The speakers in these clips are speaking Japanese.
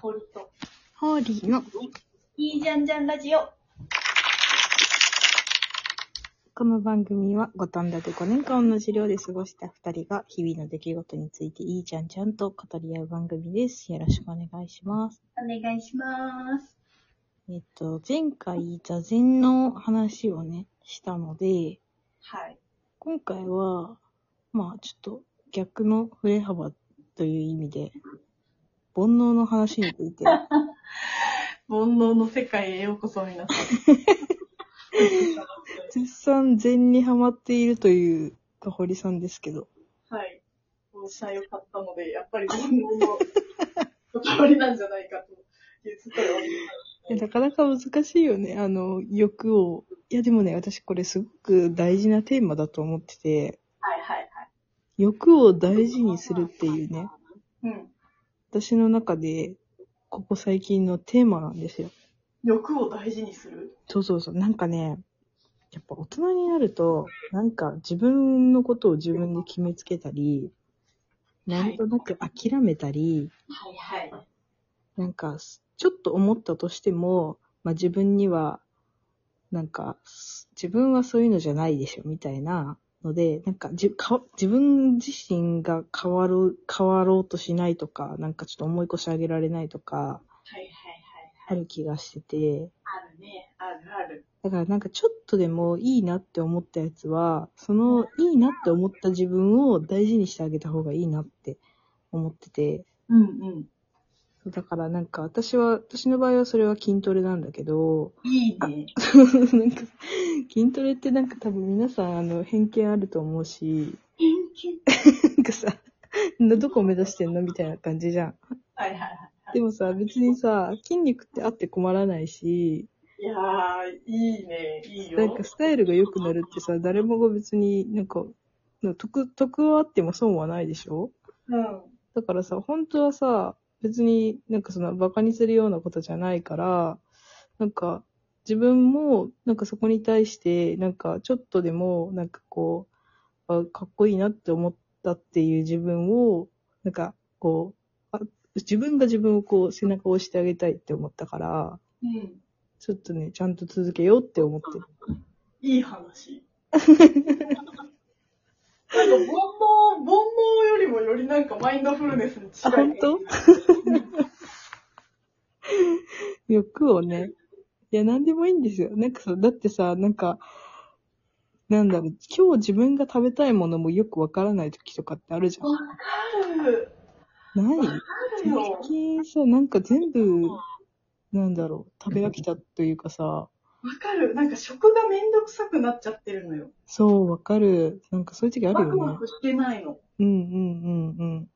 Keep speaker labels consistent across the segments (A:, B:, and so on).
A: ホルト。
B: ホーリーの、
A: いいじゃんじゃんラジオ。
B: この番組は五反田で5年間の治療で過ごした2人が日々の出来事についていいじゃんじゃんと語り合う番組です。よろしくお願いします。
A: お願いします。
B: えっと、前回座禅の話をね、したので、
A: はい。
B: 今回は、まあちょっと逆の振れ幅という意味で、煩悩の話について、
A: 煩悩の世界へようこそ皆さん。
B: 絶賛禅にハマっているというかほりさんですけど、
A: はい。この試合を買ったので、やっぱり煩悩の関わりなんじゃないかというところ
B: いやなかなか難しいよね。あの、欲を。いや、でもね、私これすごく大事なテーマだと思ってて、
A: はいはいはい。
B: 欲を大事にするっていうね、
A: うん。
B: 私の中で、ここ最近のテーマなんですよ。
A: 欲を大事にする
B: そうそうそう。なんかね、やっぱ大人になると、なんか自分のことを自分で決めつけたり、なんとなく諦めたり、
A: はいはい。
B: なんか、すちょっと思ったとしても、まあ、自分には、なんか、す自分はそういうのじゃないでしょ、みたいなので、なんかじか、自分自身が変わる、変わろうとしないとか、なんかちょっと思い越し上げられないとか、
A: はいはい
B: ある気がしてて、
A: はい。あるね。あるある。
B: だからなんかちょっとでもいいなって思ったやつは、そのいいなって思った自分を大事にしてあげた方がいいなって思ってて、
A: うんうん。
B: だからなんか私は、私の場合はそれは筋トレなんだけど、
A: いいね。
B: なんか、筋トレってなんか多分皆さん、あの、偏見あると思うし、なんかさ、どこを目指してんのみたいな感じじゃん。
A: はいはいはい。
B: でもさ、別にさ、筋肉ってあって困らないし、
A: いやー、いいね。いいよ。
B: なんかスタイルが良くなるってさ、誰もが別になんか、得、得はあっても損はないでしょ
A: うん。
B: だからさ、本当はさ、別になんかそのバカにするようなことじゃないから、なんか自分もなんかそこに対して、なんかちょっとでもなんかこう、あかっこいいなって思ったっていう自分を、なんかこう、あ自分が自分をこう背中を押してあげたいって思ったから、
A: うん。
B: ちょっとね、ちゃんと続けようって思ってる。
A: いい 話。なんか煩悩、煩悩よりもよりなんかマインドフルネスに近い。
B: あ本当欲をね。いや、なんでもいいんですよ。なんかさ、だってさ、なんか、なんだろう、今日自分が食べたいものもよくわからない時とかってあるじゃ
A: わかる。
B: ん。ない
A: ある
B: 最
A: よ。
B: 近さ、なんか全部、なんだろう、食べ飽きたというかさ、
A: わかる。なんか食がめんどくさくなっちゃってるのよ。
B: そう、わかる。なんかそういう時あ
A: ワ
B: る
A: クワ
B: よね。
A: クしてないの。
B: うんうんうんうん。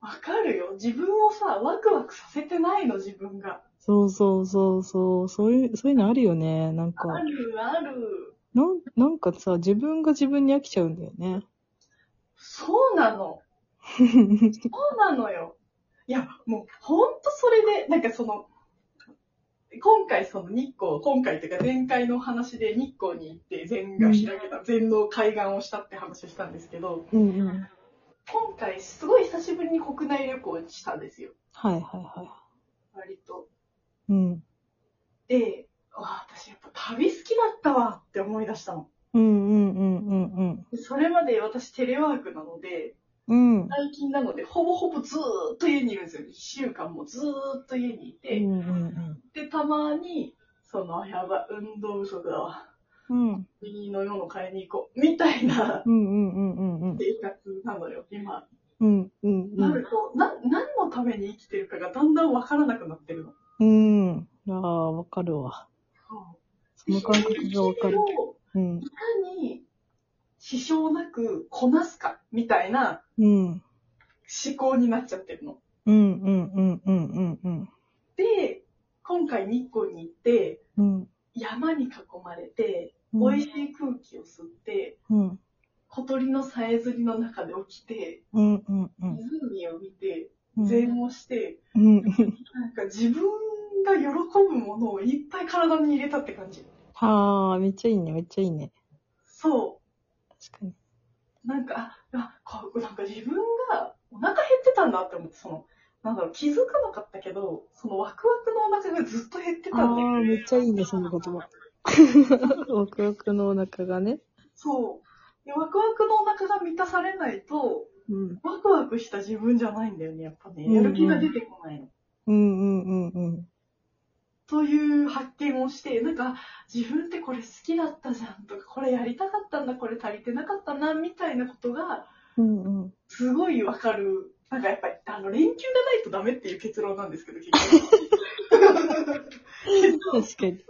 A: わかるよ。自分をさ、ワクワクさせてないの、自分が。
B: そうそうそうそう、そういう、そういうのあるよね。なんか、
A: あるある。
B: なんなんかさ、自分が自分に飽きちゃうんだよね。
A: そうな の。そうなのよ。いや、もう、ほんとそれで、なんかその、今回その日光、今回というか前回の話で日光に行って禅が開けた、禅の開眼をしたって話をしたんですけど、
B: うんうん。
A: 今回すごい久しぶりに国内旅行したんですよ。
B: はいはいは
A: 割と。
B: い。うん。
A: で、あ私やっぱ旅好きだったわって思い出したの。
B: うんうんうんうんうん。
A: でそれまで私テレワークなので、
B: うん。
A: 最近なのでほぼほぼずーっと家にいるんですよ。1週間もずーっと家にいて。
B: うんうん
A: で、たまに、その、あやばい、運動不足だわ。
B: うん。うん
A: 右の世の買いに行こう。みたいな
B: うんうんうんうん。
A: 生活なのよ、今。
B: うんうん
A: なると、な、何のために生きてるかがだんだんわからなくなってるの。
B: うん。うん。ああ、わかるわ。その感覚がわか
A: そ。
B: る
A: れを
B: うん。
A: いかに、支障なくこなすか、みたいな
B: うん。
A: 思考になっちゃってるの。
B: うんうんうんうんうんうん。
A: で、今回日光に行って、
B: うん。
A: 山に囲まれて、
B: うん
A: 美味しい空気を吸って、
B: うん。
A: 小鳥のさえずりの中で起きて、
B: うんうんうん。
A: 湖を見て、
B: うん
A: 禅をして、
B: う
A: なん
B: ん。
A: か自分が喜ぶものをいっぱい体に入れたって感じ。
B: はあ、めっちゃいいね、めっちゃいいね。
A: そ
B: 確かに。
A: う。なんか、あ、あこうなんか自分がお腹減ってたんだって思って、その、なんだろう、気づかなかったけど、そのワクワクのお腹がずっと減って
B: あ
A: たんだよ。
B: あ、めっちゃいいね、その言葉。ワクワクのお腹がね。
A: そう。で、ワクワクのお腹が満たされないと、
B: うん。
A: ワクワクした自分じゃないんだよね、やっぱね。
B: うんう
A: や
B: ん
A: る気が出てこないの。
B: うんうんうんうん。
A: という発見をして、なんか、自分ってこれ好きだったじゃんとか、これやりたかったんだ、これ足りてなかったな、みたいなことが、
B: うんうん。
A: すごいわかる。なんかやっぱり、あの、連休がないとダメっていう結論なんですけど、結局。
B: 確かに。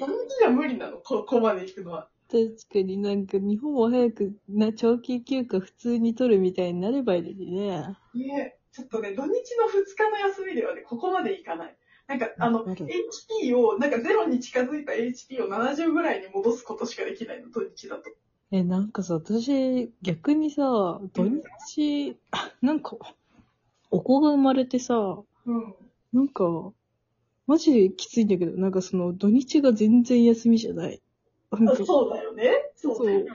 A: 短期が無理なの、ここまで行くのは。
B: 確かになんか日本も早くな長期休暇普通に取るみたいになればいいのにね。
A: ねちょっとね、土日の2日の休みではね、ここまでいかない。なんか、あの、
B: なるほど
A: HP を、なんかゼロに近づいた HP を70ぐらいに戻すことしかできないの、土日だと。
B: え、なんかさ、私逆にさ、土日、あなんか、お子が生まれてさ、
A: うん。
B: なんか、マジできついんだけど、なんかその土日が全然休みじゃない。なんか、
A: そうだよね。そうだよね。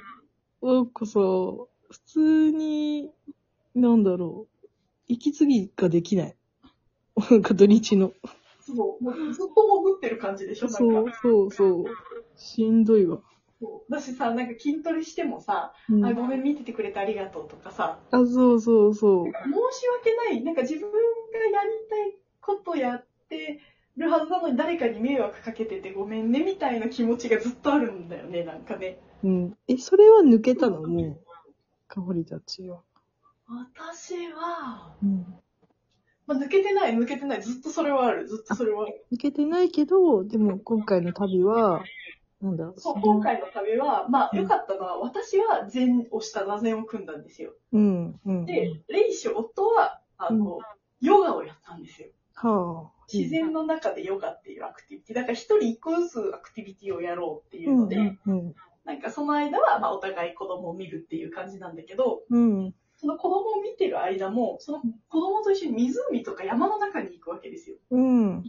B: そう。なんかさ、普通に、なんだろう、息継ぎができない。なんか土日の。
A: そう。もうずっと潜ってる感じでしょ、なんか。
B: そうそうそう。しんどいわ。
A: そうだしさ、なんか筋トレしてもさ、
B: うん
A: あ、ごめん、見ててくれてありがとうとかさ、
B: あ、そうそうそう。
A: 申し訳ない、なんか自分がやりたいことやってるはずなのに誰かに迷惑かけててごめんねみたいな気持ちがずっとあるんだよね、なんかね。
B: うん。え、それは抜けたのもう、かほりたちは。
A: 私は、
B: うん。
A: まあ、抜けてない、抜けてない、ずっとそれはある、ずっとそれはある。
B: 抜けてないけど、でも今回の旅は、なんだろう。
A: そう、
B: れ
A: 今。回の旅は、ま
B: う
A: あ、
B: ん
A: 良かったのは、私は禅をした座禅を組んだんですよ。
B: うん、うん。
A: で、レイシュ夫は、あの、ヨガをやったんですよ。
B: はあ。
A: 自然の中でヨガっていうアクティビティ。だから一人一個ずつアクティビティをやろうっていう
B: うん、
A: の
B: う
A: で、
B: ん、うん。
A: なんかその間は、まあお互い子供を見るっていう感じなんだけど、
B: うん。
A: その子供を見てる間も、その子供と一緒に湖とか山の中に行くわけですよ。
B: うん。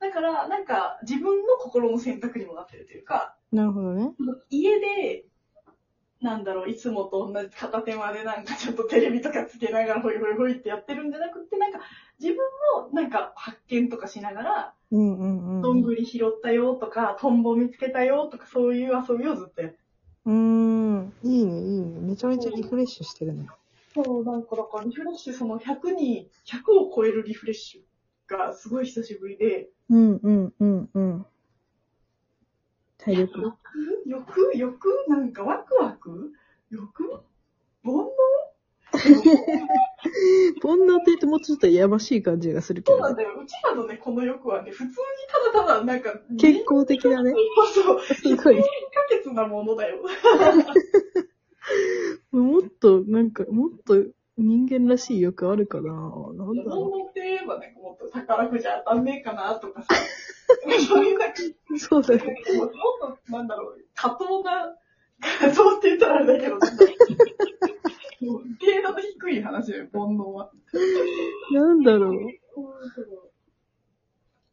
A: だから、なんか自分の心の選択にもなってるというか、
B: なるほどね。
A: 家で、なんだろう、いつもと同じ片手までなんかちょっとテレビとかつけながらホイホイホイってやってるんじゃなくって、なんか自分もなんか発見とかしながら、
B: うん、うん、うん。
A: どんぐり拾ったよとか、トンボ見つけたよとか、そういう遊びをずっとやって
B: うーん。いいね、いいね。めちゃめちゃリフレッシュしてるね。
A: そう、なんかだからリフレッシュ、その100に、100を超えるリフレッシュがすごい久しぶりで、
B: うん、うん、うん、うん。体 力。
A: 欲欲欲なんかワクワク欲煩悩
B: こんなって言ってもうちょっとやましい感じがするけ
A: そうな
B: ど
A: ん。だよ。うちらのね、この欲はね、普通にただただなんか、
B: 健康的 だね。
A: そう、
B: すごい。
A: 不可欠なものだよ。
B: もっと、なんか、もっと人間らしい欲あるかななんだ
A: 煩
B: ろ
A: 悩って言えばなんかもっと宝くじ当たんねえかなと かさ、そういうなんか、
B: う。そうだね。
A: もっと、なんだろう、加藤 が、加藤って言ったらあれだけど、なんかもう程度の低い話だよ、煩悩は。
B: なんだろう。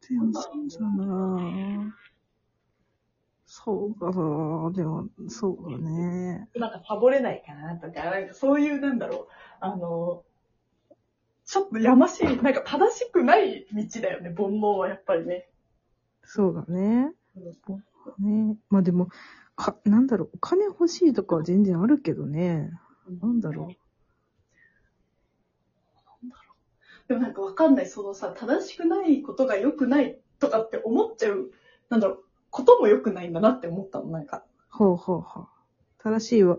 B: で
A: ん
B: も、
A: だ
B: そ
A: ろう
B: うだなそうだなでも、そうだね。
A: なんかサボれないかなとか、なんかそういう、なんだろう、あの、ちょっとやましい、なんか正しくない道だよね、煩悩はやっぱりね。
B: そうだね。ねまあでも、か、なんだろう、お金欲しいとかは全然あるけどね。なんだろ
A: でもなんかわかんない、そのさ、正しくないことが良くないとかって思っちゃう、なんだろう、ことも良くないんだなって思ったの、なんか。
B: う。ほうほうほう。正しいは、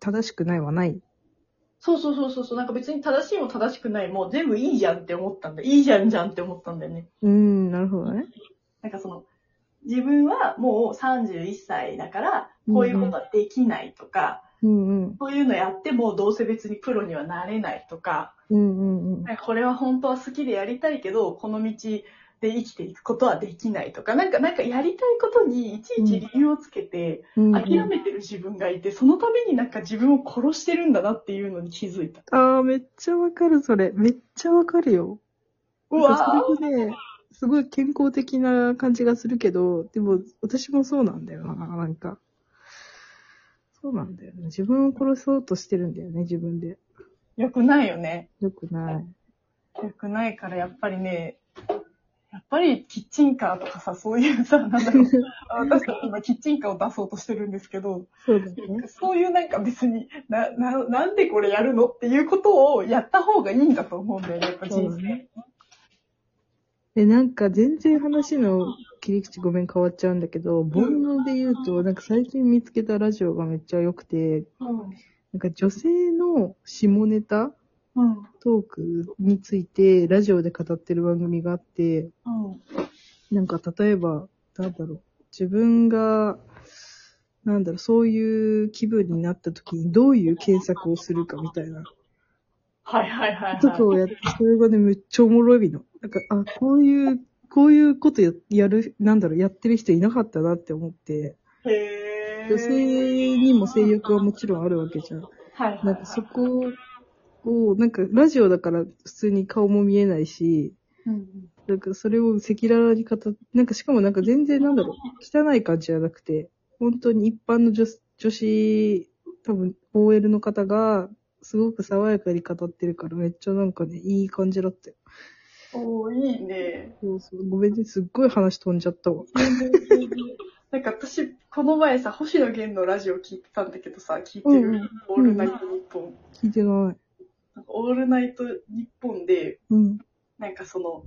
B: 正しくないはない。
A: そうそうそうそうそう、なんか別に正しいも正しくないも全部いいじゃんって思ったんだ。いいじゃんじゃんって思ったんだよね。
B: うーん、なるほどね。
A: なんかその、自分はもう31歳だから、こういうことはできないとか、
B: うんうん。
A: こういうのやってもどうせ別にプロにはなれないとか、
B: うんうんうん。
A: なんかこれは本当は好きでやりたいけど、この道で生きていくことはできないとか、なんか、なんかやりたいことにいちいち理由をつけて、
B: うんうん
A: 諦めてる自分がいて、そのためになんか自分を殺してるんだなっていうのに気づいた。
B: ああ、めっちゃわかる、それ。めっちゃわかるよ。
A: うわ
B: なん
A: ぁ
B: かそれもね、すごい健康的な感じがするけど、でも、私もそうなんだよな、なんか。そうなんだよね。自分を殺そうとしてるんだよね、自分で。
A: よくないよね。
B: よくない。
A: 良くないから、やっぱりね、やっぱりキッチンカーとかさ、そういうさ、なんだろ う。私たち今キッチンカーを出そうとしてるんですけど、
B: そうだね。
A: そういうなんか別にな、な、なんでこれやるのっていうことをやった方がいいんだと思うんだよね、やっぱ人
B: そうだ
A: 生
B: ね。で、なんか全然話の切り口ごめん変わっちゃうんだけど、煩悩で言うと、なんか最近見つけたラジオがめっちゃ良くて、なんか女性の下ネタ
A: うん。
B: トークについてラジオで語ってる番組があって、
A: うん。うん。
B: なんか例えば、なんだろう、自分が、なんだろう、そういう気分になった時にどういう検索をするかみたいな
A: はいはいはい、はい。
B: とかをやって、それがね、めっちゃおもろいの。なんか、あ、こういう、こういうことややる、なんだろう、やってる人いなかったなって思って、
A: へー
B: 女性にも性欲はもちろんあるわけじゃん。
A: はいはいはい。
B: なんかそこを、なんかラジオだから普通に顔も見えないし、
A: うんうん
B: なんかそれを赤裸々に語っなんかしかもなんか全然なんだろう、汚い感じじゃなくて、本当に一般の女女子、多分 OL の方が、すごく爽やかに語ってるから、めっちゃなんかね、いい感じだったよ。
A: おー、いいね。
B: そうそう。ごめんね、すっごい話飛んじゃったわ。
A: なんか私、この前さ、星野源のラジオ聞いてたんだけどさ、聞いてる、
B: うんうん
A: オールナイトニッポン。
B: 聞いてない。
A: なんかオールナイトニッポンで、
B: うん。
A: なんかその、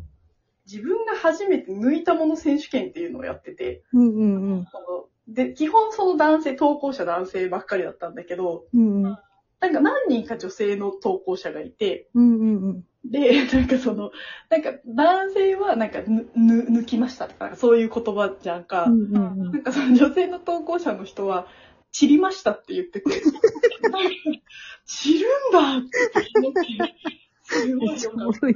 A: 自分が初めて抜いたもの選手権っていうのをやってて、
B: うんうんうん。
A: そので、基本その男性、投稿者男性ばっかりだったんだけど、
B: うんうん。
A: なんか何人か女性の投稿者がいて、
B: うんうんうん。
A: で、 なんかその、なんか男性はなんかぬ、ぬ、抜きましたとか、なんかそういう言葉じゃんか、
B: うんうんうん
A: なんかその女性の投稿者の人は、散りましたって言って て、散るんだって言って、すごいよかった
B: おもろい。